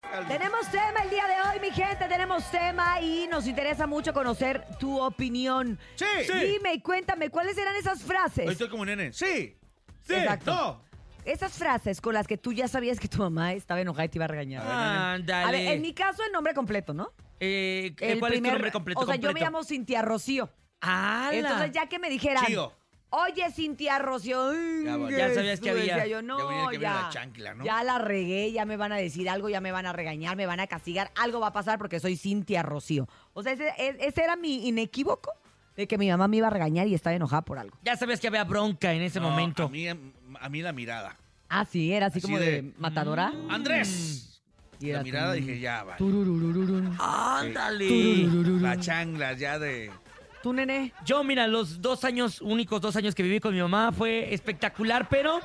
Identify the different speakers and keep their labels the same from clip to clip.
Speaker 1: Calvin.
Speaker 2: Tenemos tema el día de hoy, mi gente, tenemos tema y nos interesa mucho conocer tu opinión.
Speaker 1: Sí.
Speaker 2: Dime y cuéntame, ¿cuáles eran esas
Speaker 1: Hoy
Speaker 2: frases?
Speaker 1: estoy como un nene. Sí. Sí.
Speaker 2: Exacto.
Speaker 1: No.
Speaker 2: Esas frases con las que tú ya sabías que tu mamá estaba enojada y te iba a regañar.
Speaker 3: Ándale.
Speaker 2: A ver, en mi caso el nombre completo, ¿no?
Speaker 3: Eh, ¿qué-
Speaker 2: El
Speaker 3: ¿Cuál es
Speaker 2: primer-
Speaker 3: tu nombre completo?
Speaker 2: O sea, yo me
Speaker 3: completo?
Speaker 2: llamo Cintia Rocío.
Speaker 3: ¡Hala!
Speaker 2: Entonces ya que me dijeran,
Speaker 1: Chío.
Speaker 2: oye Cintia Rocío,
Speaker 1: Ya, bueno,
Speaker 3: ya sabías que
Speaker 2: tú",
Speaker 3: había.
Speaker 2: decía yo, no,
Speaker 1: Ya venía- que
Speaker 2: ya,
Speaker 1: venía la chancla, ¿no?
Speaker 2: ya la regué, ya me van a decir algo, ya me van a regañar, me van a castigar, algo va a pasar porque soy Cintia Rocío. O sea, ese, e- ese era mi inequívoco de que mi mamá me iba a regañar y estaba enojada por algo.
Speaker 3: Ya sabías que había bronca en ese
Speaker 1: No,
Speaker 3: momento.
Speaker 1: A mí, a mí la mirada.
Speaker 2: Ah, sí, era así,
Speaker 1: Así
Speaker 2: como
Speaker 1: de-
Speaker 2: de, matadora.
Speaker 3: Mm.
Speaker 1: Andrés.
Speaker 2: Y
Speaker 1: la
Speaker 2: era
Speaker 1: mirada
Speaker 2: tú.
Speaker 1: dije, ya, va.
Speaker 2: Turururururun.
Speaker 3: ¡Ándale!
Speaker 2: Turururururun.
Speaker 1: La chancla ya de...
Speaker 2: Tú, nene.
Speaker 3: Yo, mira, los dos años, únicos dos años que viví con mi mamá fue espectacular, pero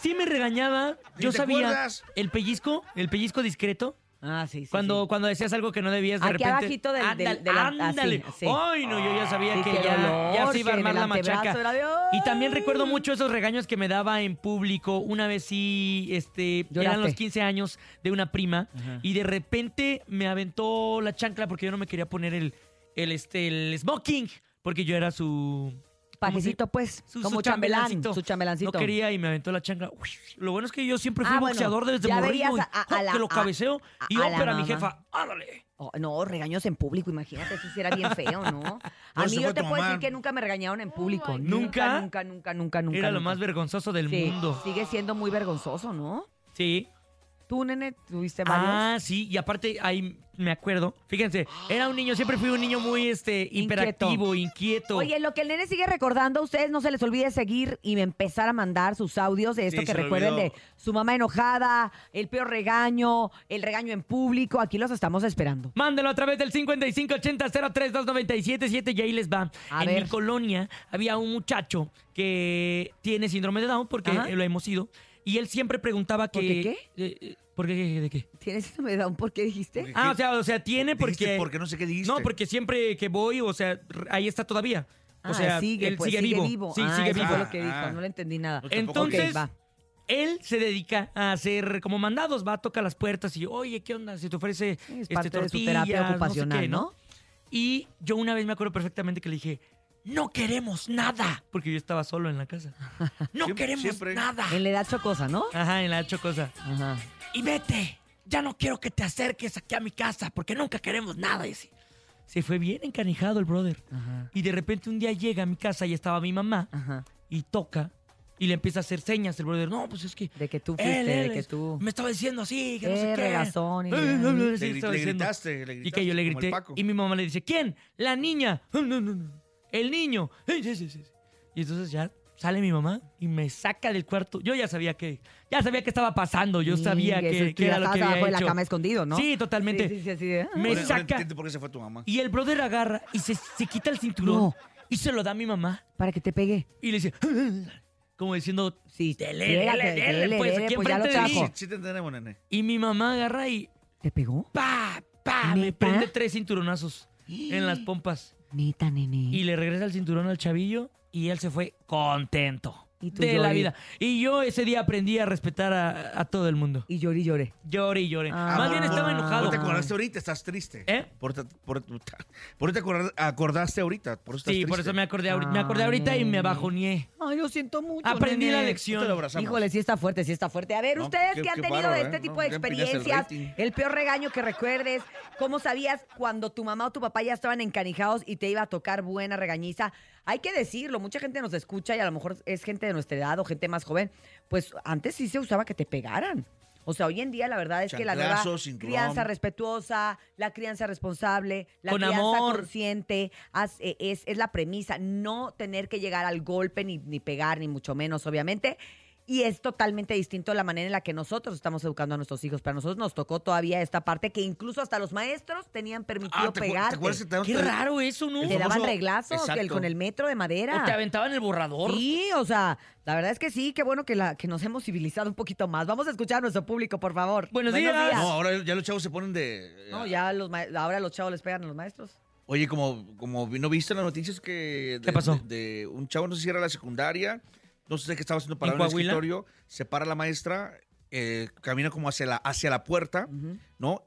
Speaker 3: sí me regañaba.
Speaker 1: Ni
Speaker 3: Yo
Speaker 1: te
Speaker 3: sabía
Speaker 1: acuerdas.
Speaker 3: el pellizco, el pellizco discreto.
Speaker 2: Ah, sí, sí.
Speaker 3: Cuando,
Speaker 2: sí.
Speaker 3: cuando decías algo que no debías de
Speaker 2: Aquí
Speaker 3: repente.
Speaker 2: abajito del- del-
Speaker 3: Ándale,
Speaker 2: del- así,
Speaker 3: ándale.
Speaker 2: así.
Speaker 3: Ay, no, yo ya sabía
Speaker 2: Sí,
Speaker 3: que
Speaker 2: qué
Speaker 3: ya,
Speaker 2: dolor,
Speaker 3: ya se iba a
Speaker 2: sí, en
Speaker 3: armar
Speaker 2: el
Speaker 3: la
Speaker 2: antebrazo
Speaker 3: machaca.
Speaker 2: era de,
Speaker 3: Y también
Speaker 2: "Ay".
Speaker 3: recuerdo mucho esos regaños que me daba en público. Una vez sí, este,
Speaker 2: Lloraste.
Speaker 3: eran los 15 años de una prima y de repente me aventó la chancla porque yo no me quería poner el, el, este, el smoking porque yo era su...
Speaker 2: Pajecito,
Speaker 3: ¿cómo
Speaker 2: pues.
Speaker 3: se- su-
Speaker 2: como
Speaker 3: su
Speaker 2: chambelán.
Speaker 3: chambelancito.
Speaker 2: Su chambelancito.
Speaker 3: No quería y me aventó la chancla. Uy, lo bueno es que yo siempre fui
Speaker 2: Ah, bueno,
Speaker 3: boxeador desde
Speaker 2: ya
Speaker 3: morrillo.
Speaker 2: veías
Speaker 3: y,
Speaker 2: a- a- a
Speaker 3: ¡jo!
Speaker 2: la-
Speaker 3: que lo
Speaker 2: a-
Speaker 3: cabeceo
Speaker 2: a-
Speaker 3: y
Speaker 2: a la
Speaker 3: ópera a mi
Speaker 2: mamá.
Speaker 3: jefa. ¡Árale!
Speaker 2: Oh, no, regaños en público, imagínate, eso sí era bien feo,
Speaker 1: Por
Speaker 2: ¿no? A mí
Speaker 1: eso
Speaker 2: yo
Speaker 1: fue
Speaker 2: te
Speaker 1: tu
Speaker 2: puedo
Speaker 1: mamá.
Speaker 2: decir que nunca me regañaron en público.
Speaker 3: God.
Speaker 2: Nunca,
Speaker 3: ¿Nunca?
Speaker 2: nunca, nunca, nunca, nunca.
Speaker 3: Era lo
Speaker 2: nunca.
Speaker 3: más vergonzoso del
Speaker 2: Sí,
Speaker 3: mundo.
Speaker 2: Sigue siendo muy vergonzoso, ¿no?
Speaker 3: Sí.
Speaker 2: Tú, nene, tuviste varios.
Speaker 3: Ah, sí. Y aparte, ahí me acuerdo. Fíjense, era un niño, siempre fui un niño muy este, hiperactivo, inquieto.
Speaker 2: Oye, lo que el nene sigue recordando, a ustedes no se les olvide seguir y empezar a mandar sus audios de esto
Speaker 1: Sí,
Speaker 2: que
Speaker 1: se le
Speaker 2: recuerden de
Speaker 1: olvidó.
Speaker 2: su mamá enojada, el peor regaño, el regaño en público. Aquí los estamos esperando.
Speaker 3: Mándalo a través del 5580-032977 y ahí les va.
Speaker 2: A
Speaker 3: en
Speaker 2: ver.
Speaker 3: mi colonia había un muchacho que tiene síndrome de Down porque
Speaker 2: Ajá.
Speaker 3: eh, lo hemos ido. Y él siempre preguntaba que...
Speaker 2: ¿Por qué qué?
Speaker 3: eh, eh, ¿Por qué qué? ¿De qué?
Speaker 2: ¿Tienes eso me da un por qué dijiste?
Speaker 1: Porque-
Speaker 3: Ah, o sea, o sea, tiene
Speaker 1: Dijiste
Speaker 3: porque...
Speaker 1: Porque no sé qué dijiste.
Speaker 3: No, porque siempre que voy, o sea, r- ahí está todavía. O
Speaker 2: Ah,
Speaker 3: sea, él
Speaker 2: pues,
Speaker 3: sigue, vivo. Sí,
Speaker 2: Ah,
Speaker 3: sigue
Speaker 2: eso
Speaker 3: vivo.
Speaker 2: fue lo que dijo,
Speaker 1: Ah.
Speaker 2: no le entendí nada.
Speaker 1: No, tampoco
Speaker 3: Entonces,
Speaker 2: Ok, va.
Speaker 3: él se dedica a hacer como mandados, va, toca las puertas y, oye, ¿qué onda? Si te ofrece
Speaker 2: Es
Speaker 3: este,
Speaker 2: parte de su
Speaker 3: tortillas,
Speaker 2: terapia
Speaker 3: no sé
Speaker 2: ocupacional,
Speaker 3: qué,
Speaker 2: ¿no?
Speaker 3: Y yo una vez me acuerdo perfectamente que le dije, no queremos nada, porque yo estaba solo en la casa. No
Speaker 1: Siempre-
Speaker 3: queremos
Speaker 1: siempre.
Speaker 3: nada.
Speaker 2: En la edad chocosa, ¿no?
Speaker 3: Ajá, en la chocosa.
Speaker 2: Ajá.
Speaker 3: Y vete, ya no quiero que te acerques aquí a mi casa, porque nunca queremos nada. Y así. Se fue bien encanijado el brother.
Speaker 2: Ajá.
Speaker 3: Y de repente un día llega a mi casa y estaba mi mamá
Speaker 2: Ajá.
Speaker 3: y toca y le empieza a hacer señas el brother. No, pues es que
Speaker 2: De que tú
Speaker 3: Él,
Speaker 2: fuiste,
Speaker 3: él,
Speaker 2: de que
Speaker 3: es-
Speaker 2: tú.
Speaker 3: Me estaba diciendo así, que no
Speaker 2: Eh,
Speaker 3: sé qué.
Speaker 2: regazón y-
Speaker 3: Eh, eh, eh, sí,
Speaker 1: Le,
Speaker 3: estaba
Speaker 1: le
Speaker 3: diciendo.
Speaker 1: gritaste, le gritaste.
Speaker 3: Y que yo le
Speaker 1: como el
Speaker 3: grité.
Speaker 1: Paco.
Speaker 3: Y mi mamá le dice, ¿quién? La niña. "Ah, no, no, no. El niño. Eh, sí, sí, sí, sí". Y entonces ya sale mi mamá y me saca del cuarto. Yo ya sabía que, ya sabía que estaba pasando. Yo
Speaker 2: Sí,
Speaker 3: sabía que,
Speaker 2: eso, tú
Speaker 3: que
Speaker 2: ya
Speaker 3: era lo que
Speaker 2: estabas
Speaker 3: había
Speaker 2: abajo de la
Speaker 3: hecho.
Speaker 2: cama escondido, ¿no?
Speaker 3: Sí, totalmente.
Speaker 2: Sí, sí, sí, así de, ah.
Speaker 3: Me
Speaker 1: Ahora- ahora
Speaker 3: saca.
Speaker 1: entiendo por qué se fue tu mamá.
Speaker 3: Y el brother agarra y se, se quita el cinturón
Speaker 2: No.
Speaker 3: y se lo da a mi mamá.
Speaker 2: Para que te pegue.
Speaker 3: Y le dice, "Ah, ah, ah", como diciendo,
Speaker 2: Sí,
Speaker 3: dele,
Speaker 2: pégate,
Speaker 3: dele, dele, pues, aquí
Speaker 2: pues, ya lo
Speaker 3: enfrente de mí.
Speaker 2: trajo.
Speaker 1: Sí, sí te entendemos, nene.
Speaker 3: y mi mamá agarra y
Speaker 2: ¿Te pegó?
Speaker 3: pa, pa, me
Speaker 2: ¿Neta?
Speaker 3: prende tres cinturonazos en las pompas
Speaker 2: Neta, nene.
Speaker 3: y le regresa el cinturón al chavillo y él se fue contento
Speaker 2: Y tú
Speaker 3: de la
Speaker 2: llori.
Speaker 3: vida. Y yo ese día aprendí a respetar a, a todo el mundo.
Speaker 2: Y lloré y lloré.
Speaker 3: Lloré y lloré.
Speaker 2: Ah.
Speaker 3: Más bien estaba enojado.
Speaker 1: ¿Por te acordaste ahorita? Estás triste.
Speaker 3: ¿Eh?
Speaker 1: Por, te- por, por te acordar- acordaste ahorita. Por eso estás
Speaker 3: Sí, por
Speaker 1: triste.
Speaker 3: eso me acordé ahorita, me acordé ahorita y me bajoneé.
Speaker 2: Ay, lo siento mucho.
Speaker 3: Aprendí
Speaker 2: nene.
Speaker 3: la
Speaker 1: Ahorita lo
Speaker 3: lección.
Speaker 1: abrazamos.
Speaker 2: Híjole, sí está fuerte, sí está fuerte. A ver,
Speaker 1: No,
Speaker 2: ustedes
Speaker 1: qué-
Speaker 2: que han
Speaker 1: qué
Speaker 2: tenido
Speaker 1: bárbaro,
Speaker 2: de
Speaker 1: ¿eh?
Speaker 2: este
Speaker 1: No,
Speaker 2: tipo de
Speaker 1: ya empinaste el
Speaker 2: experiencias,
Speaker 1: rating.
Speaker 2: el peor regaño que recuerdes, cómo sabías cuando tu mamá o tu papá ya estaban encanijados y te iba a tocar buena regañiza. Hay que decirlo, mucha gente nos escucha y a lo mejor es gente de nuestra edad o gente más joven. Pues antes sí se usaba que te pegaran. O sea, hoy en día la verdad es que la nueva
Speaker 1: Chanclazo, cinturón.
Speaker 2: crianza respetuosa, la crianza responsable, la
Speaker 3: Con
Speaker 2: crianza
Speaker 3: amor.
Speaker 2: consciente, haz- eh, es, es la premisa, no tener que llegar al golpe ni, ni pegar, ni mucho menos, obviamente. Y es totalmente distinto la manera en la que nosotros estamos educando a nuestros hijos. Para nosotros nos tocó todavía esta parte que incluso hasta los maestros tenían permitido
Speaker 1: Ah, ¿te acuer- te
Speaker 2: pegar.
Speaker 1: acuerdas que te-
Speaker 3: Qué raro eso, ¿no?
Speaker 1: El
Speaker 2: Le daban
Speaker 1: famoso-
Speaker 2: reglazos el-
Speaker 1: Exacto.
Speaker 2: con el metro de madera.
Speaker 3: O te aventaban el borrador.
Speaker 2: Sí, o sea, la verdad es que sí, qué bueno que, la, que nos hemos civilizado un poquito más. Vamos a escuchar a nuestro público, por favor.
Speaker 3: Buenos días.
Speaker 1: No, ahora ya los chavos se ponen de...
Speaker 2: No, ya los ma- ahora los chavos les pegan a los maestros.
Speaker 1: Oye, como, como vi- no viste las noticias que... de-
Speaker 3: ¿Qué pasó?
Speaker 1: De, de un chavo, no sé si era la secundaria, no sé qué estaba haciendo parado en, el
Speaker 3: Coahuila?
Speaker 1: escritorio, se para la maestra eh, camina como hacia la, hacia la puerta,
Speaker 2: Ujú.
Speaker 1: ¿no?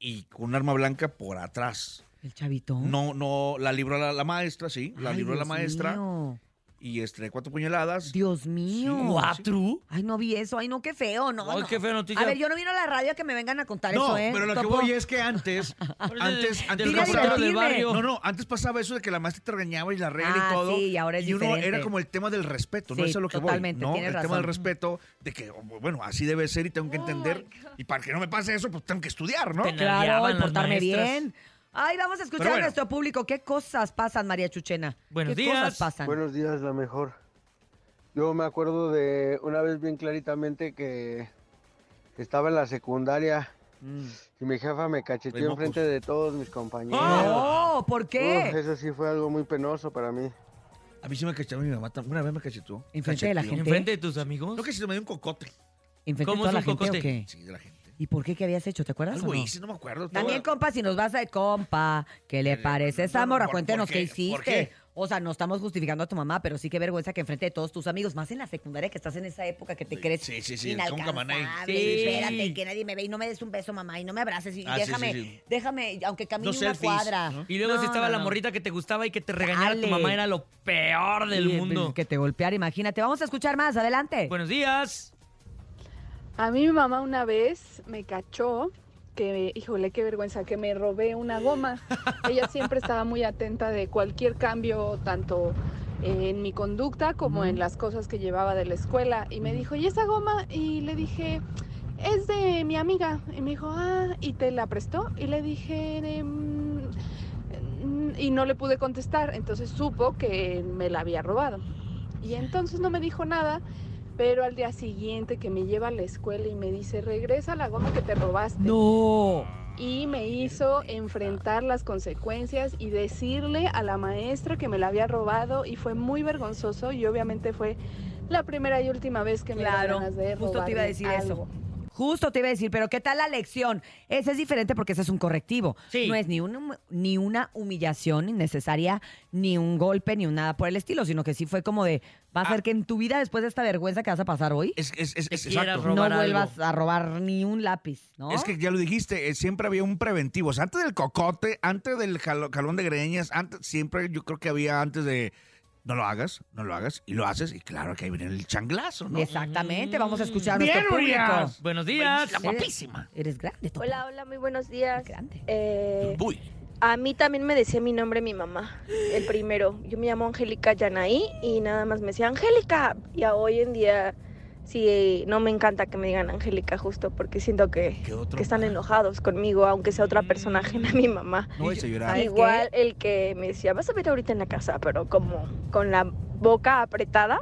Speaker 1: Y con un arma blanca por atrás.
Speaker 2: El chavito.
Speaker 1: No, no, la libró la, la maestra, sí, la
Speaker 2: Ay,
Speaker 1: libró la
Speaker 2: Dios
Speaker 1: maestra
Speaker 2: mío.
Speaker 1: y este, cuatro puñaladas.
Speaker 2: Dios mío.
Speaker 1: Sí.
Speaker 3: ¿Cuatro?
Speaker 2: Ay, no vi eso. Ay, no, qué feo, no.
Speaker 3: Ay,
Speaker 2: no.
Speaker 3: qué fea noticia.
Speaker 2: A ver, yo no vino a la radio a que me vengan a contar
Speaker 1: no,
Speaker 2: eso, ¿eh?
Speaker 1: pero lo que
Speaker 2: Topo.
Speaker 1: voy es que antes, antes,
Speaker 3: Del-
Speaker 1: antes
Speaker 3: del
Speaker 2: Dile a
Speaker 1: pasaba-
Speaker 3: ratero del
Speaker 2: divertirme.
Speaker 3: barrio.
Speaker 1: No, no, antes pasaba eso de que la maestra te regañaba y la regla
Speaker 2: Ah,
Speaker 1: y todo.
Speaker 2: sí, y ahora es
Speaker 1: uno
Speaker 2: diferente.
Speaker 1: era como el tema del respeto, no
Speaker 2: Sí,
Speaker 1: eso es lo que
Speaker 2: totalmente,
Speaker 1: voy. ¿no?
Speaker 2: tienes
Speaker 1: El
Speaker 2: razón.
Speaker 1: tema del respeto, de que, oh, bueno, así debe ser y tengo que entender. y para que no me pase eso, pues tengo que estudiar, ¿no?
Speaker 3: Ten-
Speaker 2: Claro,
Speaker 3: Nalgueaban
Speaker 2: y
Speaker 3: las
Speaker 2: portarme
Speaker 3: maestras.
Speaker 2: bien. Ay, vamos a escuchar
Speaker 1: Pero
Speaker 2: a
Speaker 1: bueno.
Speaker 2: nuestro público. ¿Qué cosas pasan, María Chuchena?
Speaker 3: Buenos
Speaker 2: ¿Qué
Speaker 3: días.
Speaker 2: cosas pasan?
Speaker 4: Buenos días, la mejor. Yo me acuerdo de una vez bien claritamente que estaba en la secundaria
Speaker 2: Mm.
Speaker 4: y mi jefa me
Speaker 1: Ay,
Speaker 4: cacheteó
Speaker 1: mocos.
Speaker 4: enfrente de todos mis compañeros.
Speaker 2: No, ¿por
Speaker 4: Uf,
Speaker 2: ¡Oh! qué?
Speaker 4: eso sí fue algo muy penoso para mí.
Speaker 1: A mí sí me cacheteó mi mamá, tam- una vez me cacheteó.
Speaker 2: Enfrente de la
Speaker 1: Cacheteó.
Speaker 3: ¿Enfrente de tus amigos?
Speaker 1: No, que se me dio un cocote.
Speaker 2: ¿Enfrente de
Speaker 3: ¿Cómo
Speaker 2: toda
Speaker 3: es
Speaker 2: la
Speaker 3: un
Speaker 2: gente o
Speaker 3: cocote?
Speaker 2: qué?
Speaker 1: Sí, de la gente.
Speaker 2: ¿Y por qué? ¿Qué habías hecho? ¿Te acuerdas o
Speaker 1: Algo
Speaker 2: no?
Speaker 1: hice, no me acuerdo.
Speaker 2: También,
Speaker 1: Todo-
Speaker 2: compa, si nos vas a compa, ¿qué le
Speaker 1: Eh,
Speaker 2: parece esa
Speaker 1: no,
Speaker 2: morra?
Speaker 1: ¿por-
Speaker 2: Cuéntenos
Speaker 1: por
Speaker 2: qué,
Speaker 1: qué? ¿Por
Speaker 2: hiciste.
Speaker 1: qué?
Speaker 2: O sea, no estamos justificando a tu mamá, pero sí qué vergüenza que enfrente de todos tus amigos, más en la secundaria que estás en esa época que te
Speaker 1: Sí,
Speaker 2: crees
Speaker 1: sí, sí, sí, son
Speaker 2: inalcanzable.
Speaker 1: camanay.
Speaker 2: y
Speaker 3: Sí, sí, sí.
Speaker 2: espérate, que nadie me ve y no me des un beso, mamá, y no me abraces y
Speaker 1: Ah, sí,
Speaker 2: déjame,
Speaker 1: sí, sí.
Speaker 2: déjame, aunque camine
Speaker 1: Los
Speaker 2: una
Speaker 1: selfies,
Speaker 2: cuadra.
Speaker 1: ¿no?
Speaker 3: Y luego
Speaker 2: No,
Speaker 3: si estaba
Speaker 2: no,
Speaker 3: la
Speaker 2: no.
Speaker 3: morrita que te gustaba y que te regañara
Speaker 2: Dale.
Speaker 3: tu mamá era lo peor del
Speaker 2: Y,
Speaker 3: mundo.
Speaker 2: Que te golpear, imagínate. Vamos a escuchar más, adelante.
Speaker 3: Buenos días.
Speaker 5: A mí mi mamá una vez me cachó que, híjole, qué vergüenza, que me robé una goma. Ella siempre estaba muy atenta de cualquier cambio, tanto eh, en mi conducta como en las cosas que llevaba de la escuela. Y me dijo, ¿y esa goma? Y le dije, es de mi amiga. Y me dijo, ah, ¿y te la prestó? Y le dije, "Em, mm", y no le pude contestar. Entonces supo que me la había robado. Y entonces no me dijo nada. Pero al día siguiente que me lleva a la escuela y me dice, regresa la goma que te robaste.
Speaker 2: No.
Speaker 5: Y me hizo enfrentar las consecuencias y decirle a la maestra que me la había robado y fue muy vergonzoso y obviamente fue la primera y última vez que me
Speaker 2: Claro,
Speaker 5: dieron ganas de
Speaker 2: justo te iba a
Speaker 5: robarle
Speaker 2: decir eso.
Speaker 5: algo.
Speaker 2: Justo te iba a decir, pero ¿qué tal la lección? Ese es diferente porque ese es un correctivo.
Speaker 3: Sí.
Speaker 2: No es ni, un hum- ni una humillación innecesaria, ni un golpe, ni un nada por el estilo, sino que sí fue como de, va a ser que en tu vida, después de esta vergüenza que vas a pasar hoy,
Speaker 1: Ah. Es, es, es,
Speaker 3: Te
Speaker 1: es-
Speaker 3: quieras
Speaker 1: exacto.
Speaker 3: robar.
Speaker 2: no
Speaker 3: algo.
Speaker 2: vuelvas a robar ni un lápiz, ¿no?
Speaker 1: Es que ya lo dijiste, eh, siempre había un preventivo. O sea, antes del cocote, antes del jalo- jalón de greñas, antes, siempre yo creo que había antes de no lo hagas, no lo hagas, y lo haces, y claro que ahí viene el changlazo, ¿no? Mm.
Speaker 2: Exactamente, vamos a escuchar a
Speaker 1: Bien,
Speaker 2: nuestro público.
Speaker 1: Urias.
Speaker 3: Buenos días.
Speaker 1: La
Speaker 2: Eres-
Speaker 1: guapísima.
Speaker 2: Eres grande, tú.
Speaker 6: Hola, hola, muy buenos días.
Speaker 2: Grande.
Speaker 6: Eh,
Speaker 1: Uy.
Speaker 6: a mí también me decía mi nombre mi mamá, el primero. Yo me llamo Angélica Yanaí y nada más me decía Angélica. Y a hoy en día sí, no me encanta que me digan Angélica justo porque siento que,
Speaker 1: ¿Qué otro?
Speaker 6: que están enojados conmigo, aunque sea
Speaker 2: Mm.
Speaker 6: otra persona ajena a mi mamá.
Speaker 1: No vayas a llorar.
Speaker 2: ¿Sabes
Speaker 6: Igual el que me decía, vas a ver ahorita en la casa, pero como con la boca apretada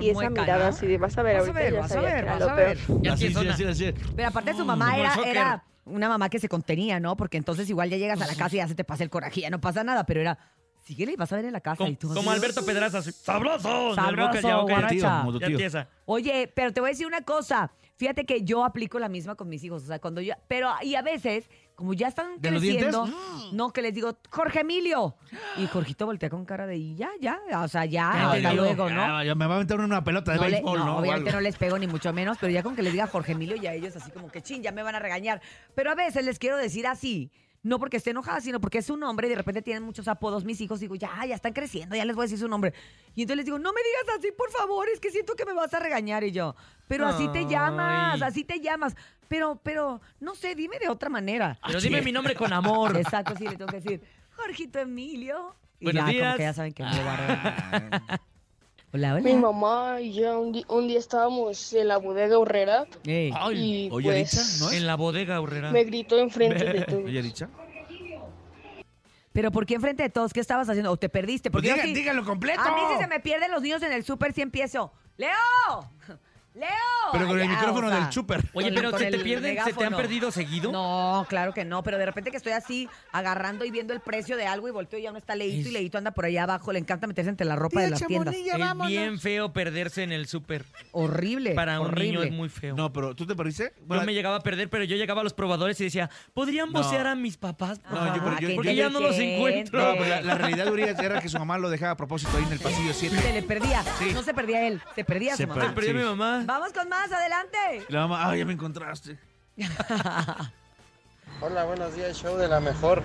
Speaker 6: y esa mirada así de, vas a ver
Speaker 2: Vas a
Speaker 6: ahorita.
Speaker 2: ver,
Speaker 6: ya
Speaker 2: vas a
Speaker 6: sabía que
Speaker 2: ver,
Speaker 6: era
Speaker 2: vas
Speaker 6: lo
Speaker 2: a
Speaker 6: peor".
Speaker 2: ver.
Speaker 3: Ya
Speaker 1: Así,
Speaker 3: empiezona.
Speaker 1: así, así, así.
Speaker 2: Pero aparte su
Speaker 3: Mm,
Speaker 2: mamá
Speaker 3: como el
Speaker 2: era,
Speaker 3: soccer.
Speaker 2: era una mamá que se contenía, ¿no? Porque entonces igual ya llegas a la casa y ya se te pasa el coraje, ya no pasa nada, pero era, síguele y vas a ver en la casa.
Speaker 3: Como,
Speaker 2: y tú así,
Speaker 3: como Alberto Pedraza. así, ¡Sabroso! En el boca,
Speaker 2: Sabroso,
Speaker 3: ya, ok.
Speaker 2: guaracha.
Speaker 1: Tío, como tu
Speaker 3: Ya
Speaker 1: tío.
Speaker 3: empieza.
Speaker 2: Oye, pero te voy a decir una cosa. Fíjate que yo aplico la misma con mis hijos. O sea, cuando yo. Pero, y a veces, como ya están
Speaker 1: ¿De los
Speaker 2: creciendo.
Speaker 1: dientes?
Speaker 2: No, que les digo, Jorge Emilio. Y Jorgito voltea con cara de, "Y ya, ya. O sea, ya,
Speaker 3: Ya
Speaker 2: hasta
Speaker 3: entendió.
Speaker 2: luego, ¿no?
Speaker 1: Ah, ya me va a aventar una pelota de
Speaker 2: No le-
Speaker 1: béisbol,
Speaker 2: no,
Speaker 1: ¿no? O
Speaker 2: obviamente
Speaker 1: algo.
Speaker 2: no les pego ni mucho menos, pero ya con que les diga Jorge Emilio y a ellos así como que chin, ya me van a regañar. Pero a veces les quiero decir así, no porque esté enojada, sino porque es su nombre y de repente tienen muchos apodos mis hijos. Digo, ya, ya están creciendo, ya les voy a decir su nombre. Y entonces les digo, no me digas así, por favor, es que siento que me vas a regañar. Y yo, pero así te
Speaker 3: Ay.
Speaker 2: llamas, así te llamas. Pero, pero, no sé, dime de otra manera.
Speaker 3: Pero dime mi nombre con amor.
Speaker 2: Exacto, sí, le tengo que decir, Jorgito Emilio. Y
Speaker 3: Buenos
Speaker 2: ya, como
Speaker 3: días.
Speaker 2: que ya saben que me voy a regañar.
Speaker 1: Ah,
Speaker 2: Hola,
Speaker 7: Mi
Speaker 2: hola.
Speaker 7: mamá y yo un, di- un día estábamos en la bodega horrera
Speaker 2: Ey.
Speaker 3: Ay,
Speaker 7: y
Speaker 1: Oye, Aritza,
Speaker 7: pues
Speaker 1: ¿no es?
Speaker 3: en la bodega, Urrera.
Speaker 7: me gritó enfrente de todos.
Speaker 1: Oye, dicha.
Speaker 2: Pero ¿por qué enfrente de todos? ¿Qué estabas haciendo? ¿O te perdiste?
Speaker 1: Pues
Speaker 2: Porque yo
Speaker 1: diga-
Speaker 2: sí-
Speaker 1: dígalo completo.
Speaker 2: A mí si se me pierden los niños en el súper, sí empiezo. ¡Leo! ¡Leo!
Speaker 1: Pero con el
Speaker 2: Allá,
Speaker 1: micrófono
Speaker 2: o sea.
Speaker 1: del chuper.
Speaker 3: Oye,
Speaker 2: Con el-
Speaker 3: pero
Speaker 2: con
Speaker 3: ¿se te
Speaker 2: el
Speaker 3: pierden? ¿Se te han
Speaker 2: megáfono.
Speaker 3: perdido seguido?
Speaker 2: No, claro que no, pero de repente que estoy así agarrando y viendo el precio de algo y volteo y ya no está Leito y
Speaker 3: Es-
Speaker 2: Leito anda por allá abajo, le encanta meterse entre la ropa de las tiendas.
Speaker 3: Es bien feo perderse en el súper.
Speaker 2: Horrible.
Speaker 3: Para un
Speaker 2: horrible.
Speaker 3: niño es muy feo.
Speaker 1: No, pero ¿tú te perdiste?
Speaker 3: yo
Speaker 1: Bueno,
Speaker 3: me llegaba a perder, pero yo llegaba a los probadores y decía, ¿podrían
Speaker 1: No.
Speaker 3: vocear a mis papás? por
Speaker 1: No,
Speaker 3: favor?"
Speaker 1: yo- pero yo-
Speaker 2: qué
Speaker 1: porque
Speaker 3: ya no los
Speaker 2: inteligente.
Speaker 3: encuentro.
Speaker 1: no, pero pues la, la realidad de Urias era que su mamá lo dejaba a propósito ahí en el pasillo 7.
Speaker 2: Se le perdía. No se perdía él, se perdía a
Speaker 1: Se
Speaker 2: su mamá.
Speaker 1: perdió.
Speaker 3: Perdí a mi mamá.
Speaker 2: Vamos con más, adelante.
Speaker 1: Y la mamá, ah, ya me encontraste.
Speaker 8: Hola, buenos días, show de la mejor.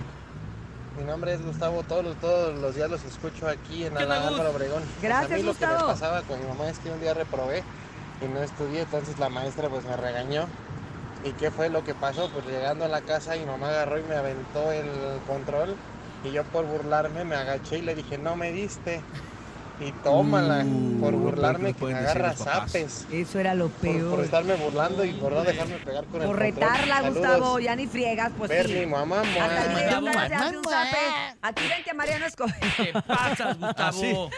Speaker 8: Mi nombre es Gustavo Todos, todos los días los escucho aquí en
Speaker 3: ¿Qué te
Speaker 8: Ana
Speaker 3: gusta?
Speaker 8: Álvaro Obregón.
Speaker 2: Gracias,
Speaker 8: pues a mí Lo que
Speaker 2: Gustavo.
Speaker 8: me pasaba con mi mamá es que un día reprobé y no estudié, entonces la maestra pues me regañó. ¿Y qué fue lo que pasó? Pues llegando a la casa mi mamá agarró y me aventó el control y yo por burlarme me agaché y le dije, no me diste. Y tómala,
Speaker 2: Mm,
Speaker 1: Uh, lo peor
Speaker 8: por
Speaker 1: que
Speaker 8: burlarme
Speaker 1: les
Speaker 8: que me
Speaker 1: pueden decir
Speaker 8: agarra
Speaker 1: los papás.
Speaker 8: zapes.
Speaker 2: Eso era lo
Speaker 8: Por, por
Speaker 2: peor.
Speaker 8: estarme burlando y por no dejarme pegar con el
Speaker 2: Por
Speaker 8: control.
Speaker 2: retarla,
Speaker 8: Saludos.
Speaker 2: Gustavo, ya ni friegas, pues
Speaker 8: Bernie,
Speaker 2: sí.
Speaker 8: mamá,
Speaker 2: Hasta el
Speaker 8: mamá.
Speaker 2: medio
Speaker 3: Gustavo,
Speaker 2: tarde se hace un
Speaker 3: mamá.
Speaker 1: ¿eh?
Speaker 2: zape. Aquí vente a Mariano Escobedo.
Speaker 3: ¿Qué pasas,
Speaker 1: Ah,
Speaker 3: Gustavo?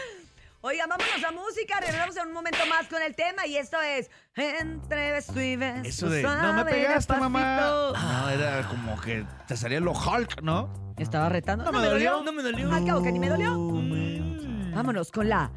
Speaker 2: Oigan, vámonos a música. Regresamos en un momento más con el tema. Y esto es Entre beso y beso,
Speaker 1: Eso de, no me
Speaker 2: suave,
Speaker 1: pegaste, mamá.
Speaker 2: despacito.
Speaker 1: No, era como que te salía lo Hulk, ¿no? Mm.
Speaker 2: Estaba retando. No, me dolió.
Speaker 3: No me dolió.
Speaker 2: Al cabo que ni me
Speaker 1: Oh,
Speaker 2: dolió. Mm. Vámonos con la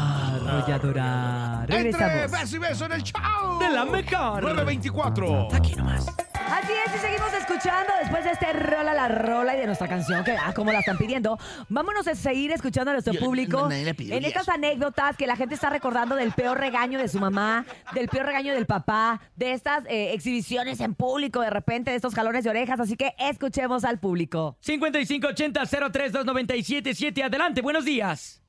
Speaker 2: arrolladora.
Speaker 1: Ah. Entre
Speaker 2: Regresamos.
Speaker 1: beso y beso en el show.
Speaker 3: De la mejor.
Speaker 1: 924.
Speaker 3: Aquí nomás.
Speaker 2: Así es, y seguimos escuchando después de este rola la rola y de nuestra canción, que ah, como la están pidiendo. Vámonos a seguir escuchando a nuestro
Speaker 1: Yo-
Speaker 2: público
Speaker 1: nadie la pidió,
Speaker 2: en
Speaker 1: ya.
Speaker 2: estas anécdotas que la gente está recordando del peor regaño de su mamá, del peor regaño del papá, de estas eh, exhibiciones en público de repente, de estos jalones de orejas. Así que escuchemos al público.
Speaker 3: 5580-032977. Adelante, buenos días.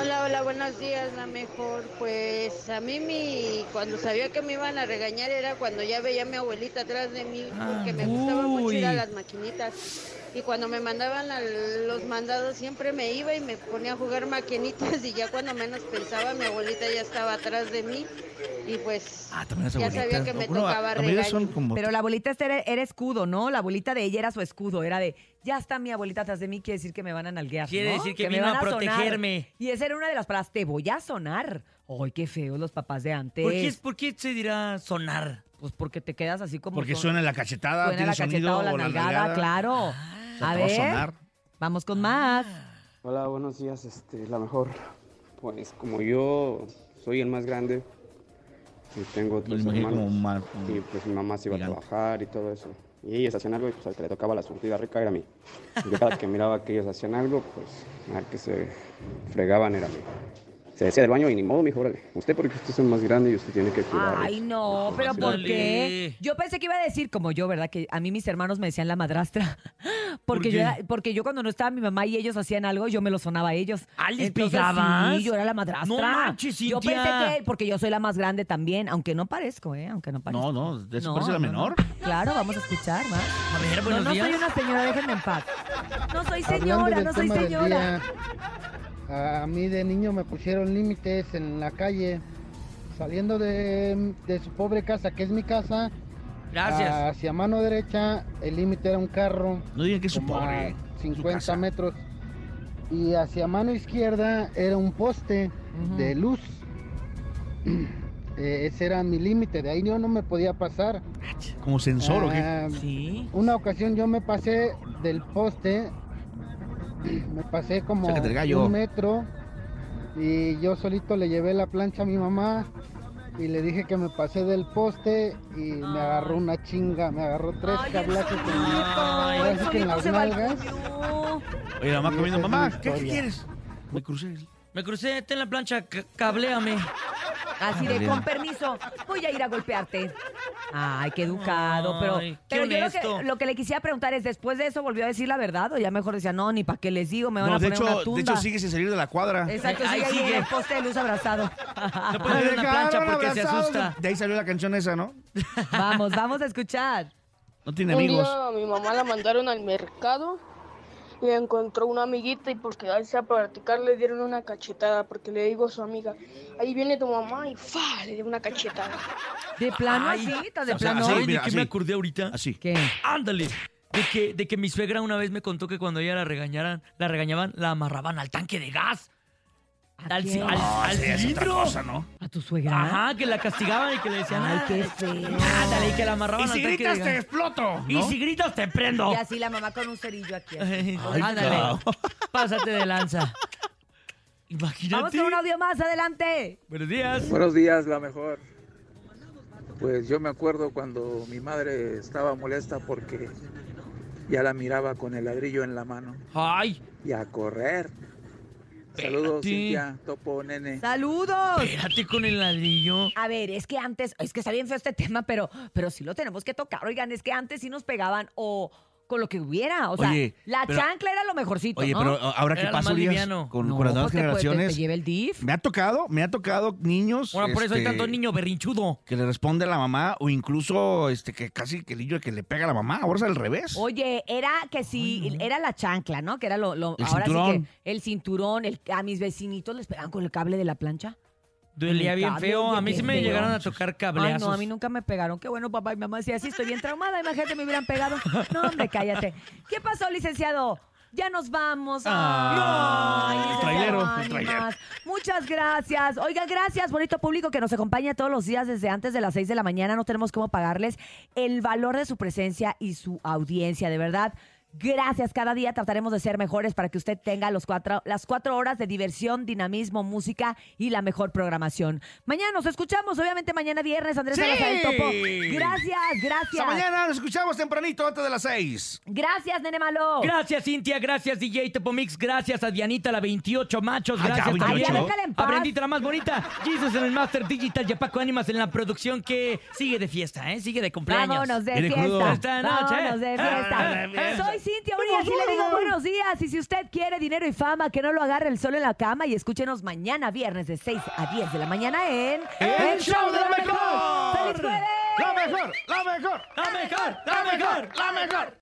Speaker 9: Hola, hola, buenos días, la mejor. Pues a mí mi, cuando sabía que me iban a regañar era cuando ya veía a mi abuelita atrás de mí, porque me gustaba mucho ir a
Speaker 3: uy.
Speaker 9: las maquinitas. Y cuando me mandaban a los mandados siempre me iba y me ponía a jugar maquinitas y ya cuando menos pensaba mi abuelita ya estaba atrás de mí. Y pues
Speaker 1: Ah, también es
Speaker 9: ya sabía que me tocaba regañar.
Speaker 1: son como...
Speaker 2: Pero la abuelita esta era, era escudo, ¿no? La abuelita de ella era su escudo. Era de, ya está mi abuelita atrás de mí, quiere decir que me van a nalguear.
Speaker 3: Quiere
Speaker 2: ¿no?
Speaker 3: decir que
Speaker 2: me
Speaker 3: vino
Speaker 2: van
Speaker 3: a
Speaker 2: sonar".
Speaker 3: protegerme.
Speaker 2: Y esa era una de las palabras, te voy a sonar. Ay, qué feos los papás de antes.
Speaker 3: ¿Por qué, es- ¿Por qué se dirá sonar?
Speaker 2: Pues porque te quedas así como...
Speaker 1: Porque
Speaker 2: son-
Speaker 1: suena la cachetada,
Speaker 2: suena
Speaker 1: tiene
Speaker 2: la cachetada
Speaker 1: sonido
Speaker 2: o la nalgada, claro.
Speaker 3: Ah.
Speaker 2: a ver, vamos con más.
Speaker 10: Hola, buenos días, este, la mejor. Pues como yo soy el más grande y tengo tres hermanos y pues mi mamá se iba a
Speaker 1: gigante.
Speaker 10: trabajar y todo eso. Y ellos hacían algo y pues al que le tocaba la surtida rica era a mí. Y yo cada que miraba que ellos hacían algo, pues al que se fregaban era a mí. Se decía del baño y ni modo, mijo, órale. Usted porque usted es el más grande y usted tiene que cuidar.
Speaker 2: Ay, no, pero
Speaker 10: sí.
Speaker 2: ¿por
Speaker 3: Dale.
Speaker 2: qué? Yo pensé que iba a decir, como yo, ¿verdad? Que a mí mis hermanos me decían la madrastra. Porque,
Speaker 3: qué?
Speaker 2: yo, era- porque yo cuando no estaba mi mamá y ellos hacían algo, yo me lo sonaba a ellos.
Speaker 3: Ah, ¿les
Speaker 2: Entonces,
Speaker 3: pegabas?
Speaker 2: Sí, yo era la madrastra.
Speaker 3: No manches,
Speaker 2: Yo
Speaker 3: Cintia.
Speaker 2: pensé que, porque yo soy la más grande también, aunque no parezco, ¿eh? Aunque no parezco.
Speaker 1: No, no, de eso
Speaker 2: No,
Speaker 1: parece la
Speaker 2: no,
Speaker 1: menor.
Speaker 2: no. Claro, vamos a escuchar, ¿va?
Speaker 3: A ver,
Speaker 2: No,
Speaker 3: buenos
Speaker 2: no
Speaker 3: días.
Speaker 2: soy una señora, déjenme en paz. No soy
Speaker 11: Hablando
Speaker 2: señora,
Speaker 11: del
Speaker 2: no soy
Speaker 11: tema del
Speaker 2: señora.
Speaker 11: día, A mí de niño me pusieron límites en la calle, saliendo de, de su pobre casa, que es mi casa.
Speaker 3: Gracias.
Speaker 11: Hacia mano derecha, el límite era un carro,
Speaker 1: No digan que es un
Speaker 11: como
Speaker 1: pobre.
Speaker 11: a
Speaker 1: su
Speaker 11: 50
Speaker 1: casa.
Speaker 11: metros. Y hacia mano izquierda era un poste
Speaker 2: Ujú.
Speaker 11: de luz. Eh, Ese era mi límite, de ahí yo no me podía pasar.
Speaker 1: Como sensor o qué.
Speaker 11: Ah,
Speaker 3: Sí.
Speaker 11: una ocasión yo me pasé del poste, me pasé como
Speaker 1: Sácate el gallo.
Speaker 11: un metro y yo solito le llevé la plancha a mi mamá y le dije que me pasé del poste y me agarró una chinga, me agarró tres
Speaker 2: Ay, el
Speaker 11: cablazos. en-
Speaker 2: solito, el
Speaker 11: Ahora sí que en
Speaker 2: solito
Speaker 11: las
Speaker 2: se
Speaker 11: nalgas.
Speaker 2: balconeó.
Speaker 1: Oye, la mamá
Speaker 11: Sí,
Speaker 1: comiendo,
Speaker 11: esa es
Speaker 1: mamá,
Speaker 11: mi
Speaker 1: ¿qué, qué
Speaker 11: historia.
Speaker 1: quieres? Me crucé.
Speaker 3: Me crucé, ten la plancha, c- cabléame.
Speaker 2: Así de,
Speaker 1: Ándale.
Speaker 2: con permiso, voy a ir a golpearte. Ay, qué educado, pero,
Speaker 3: Ay, qué
Speaker 2: pero yo lo
Speaker 3: honesto.
Speaker 2: que, lo que le quisiera preguntar es, ¿después de eso volvió a decir la verdad? O ya mejor decía, no, ni para qué les digo, me van
Speaker 1: No,
Speaker 2: a
Speaker 1: de
Speaker 2: poner una
Speaker 1: hecho,
Speaker 2: tumba.
Speaker 1: de hecho sigue sin salir de la cuadra.
Speaker 2: Exacto,
Speaker 3: Ahí
Speaker 2: sigue ahí
Speaker 3: sigue.
Speaker 2: en el poste de luz abrazado.
Speaker 3: No puede haber una plancha
Speaker 1: dejaron
Speaker 3: porque se
Speaker 1: abrazados.
Speaker 3: asusta.
Speaker 1: De ahí salió la canción esa, ¿no?
Speaker 2: vamos, vamos a escuchar.
Speaker 1: No tiene
Speaker 7: Un
Speaker 1: amigos.
Speaker 7: día mi mamá la mandaron al mercado y encontró una amiguita y por quedarse a practicar le dieron una cachetada porque le digo a su amiga, ahí viene tu mamá y ¡fa! le dio una cachetada.
Speaker 2: De plano
Speaker 3: Ay,
Speaker 2: así, tan de
Speaker 1: o sea,
Speaker 2: plano.
Speaker 1: así,
Speaker 3: ¿Sabes de
Speaker 1: mira,
Speaker 3: qué me
Speaker 1: así.
Speaker 3: acordé ahorita?
Speaker 1: Así.
Speaker 2: ¿Qué?
Speaker 3: Ándale. De que, de que mi suegra una vez me contó que cuando ella la regañaran, la regañaban, la amarraban al tanque de gas.
Speaker 2: ¿A,
Speaker 3: Al,
Speaker 2: quién?
Speaker 3: al- al
Speaker 1: Ah, Sí, es otra
Speaker 3: cilindro.
Speaker 1: cosa, ¿no?
Speaker 2: ¿A tu suegra?
Speaker 3: Ajá, que la castigaban y que le decían.
Speaker 2: Ay,
Speaker 3: "Ah,
Speaker 2: qué feo.
Speaker 3: Ándale, y que la amarraban
Speaker 1: Y si
Speaker 3: al tanque
Speaker 1: gritas, te
Speaker 3: de gas.
Speaker 1: exploto.
Speaker 3: Y si gritas, te prendo.
Speaker 2: Y así la mamá con un cerillo aquí. así.
Speaker 3: Ándale. Pásate de lanza.
Speaker 2: Vamos
Speaker 3: Imagínate.
Speaker 2: con un audio más, adelante.
Speaker 3: Buenos días.
Speaker 12: Buenos días, la mejor. Pues yo me acuerdo cuando mi madre estaba molesta porque ya la miraba con el ladrillo en la mano
Speaker 3: Ay,
Speaker 12: y a correr. Saludos, Cintia, Topo, Nene.
Speaker 2: ¡Saludos!
Speaker 3: Espérate con el ladrillo.
Speaker 2: A ver, es que antes, es que está bien feo este tema, pero, pero sí lo tenemos que tocar. Oigan, es que antes sí nos pegaban o con lo que hubiera. O sea,
Speaker 1: Oye,
Speaker 2: la
Speaker 1: pero-
Speaker 2: chancla era lo mejorcito.
Speaker 1: Oye,
Speaker 2: ¿no?
Speaker 1: pero ahora que
Speaker 3: Era lo
Speaker 1: pasa,
Speaker 3: más
Speaker 1: Urias,
Speaker 3: liviano.
Speaker 1: con,
Speaker 2: No,
Speaker 1: con las nuevas
Speaker 2: pues, te- pues, te-
Speaker 1: generaciones.
Speaker 2: te lleva el DIF.
Speaker 1: Me ha tocado, me ha tocado niños.
Speaker 3: Ahora por eso hay
Speaker 1: este,
Speaker 3: tanto niño berrinchudo.
Speaker 1: Que le responde a la mamá, o incluso este que casi que el niño que le pega a la mamá, ahora es al revés.
Speaker 2: Oye, era que sí, era la chancla, ¿no? Que era lo, lo-
Speaker 1: El
Speaker 2: ahora sí
Speaker 1: cinturón.
Speaker 2: que el cinturón, el- a mis vecinitos les pegaban con el cable de la plancha.
Speaker 3: Duelía bien
Speaker 2: Cable,
Speaker 3: feo. A
Speaker 2: oye,
Speaker 3: mí
Speaker 2: qué
Speaker 3: sí me
Speaker 2: feo.
Speaker 3: llegaron a tocar
Speaker 2: Ay,
Speaker 3: cableazos.
Speaker 2: no, a mí nunca me pegaron. Qué bueno, papá y mamá decía así, estoy bien traumada. Imagínate, me hubieran pegado. No, hombre, cállate. ¿Qué pasó, licenciado? Ya nos vamos.
Speaker 1: Ah, no. El
Speaker 2: Ay, licenciado,
Speaker 1: trailero, el
Speaker 2: ánimas.
Speaker 1: trailero.
Speaker 2: Muchas gracias. Oiga, gracias, bonito público que nos acompaña todos los días desde antes de las 6 de la mañana. No tenemos cómo pagarles el valor de su presencia y su audiencia, de verdad. Gracias, cada día trataremos de ser mejores para que usted tenga los cuatro, las cuatro horas de diversión, dinamismo, música y la mejor programación. Mañana nos escuchamos, obviamente mañana viernes, Andrés
Speaker 1: Sí.
Speaker 2: Salazar el Topo. Gracias, gracias.
Speaker 1: Hasta mañana, nos escuchamos tempranito antes de las seis.
Speaker 2: Gracias, Nene Malo.
Speaker 3: Gracias, Cintia. Gracias, DJ Topomix. Gracias a Dianita, la 28 machos.
Speaker 1: Ah, ya,
Speaker 3: Gracias
Speaker 1: 28.
Speaker 3: también
Speaker 2: Ay, ya déjala en
Speaker 3: a
Speaker 2: paz.
Speaker 3: Brendita, la más bonita. Jesus en el Master Digital. Y a Paco Ánimas en la producción que sigue de fiesta, ¿eh? Sigue de cumpleaños.
Speaker 2: Vámonos de
Speaker 1: Viene crudo.
Speaker 2: fiesta.
Speaker 3: Esta noche.
Speaker 2: Vámonos de fiesta.
Speaker 3: Ah, ah, ah.
Speaker 2: Soy Cintia Urias y le digo buenos días. Y si usted quiere dinero y fama, que no lo agarre el sol en la cama y escúchenos mañana viernes de 6 a 10 de la mañana en
Speaker 1: ¡El show de la mejor!
Speaker 2: ¡Feliz jueves!
Speaker 1: ¡La mejor! ¡La mejor!
Speaker 3: ¡La mejor! ¡La mejor!
Speaker 1: ¡La mejor!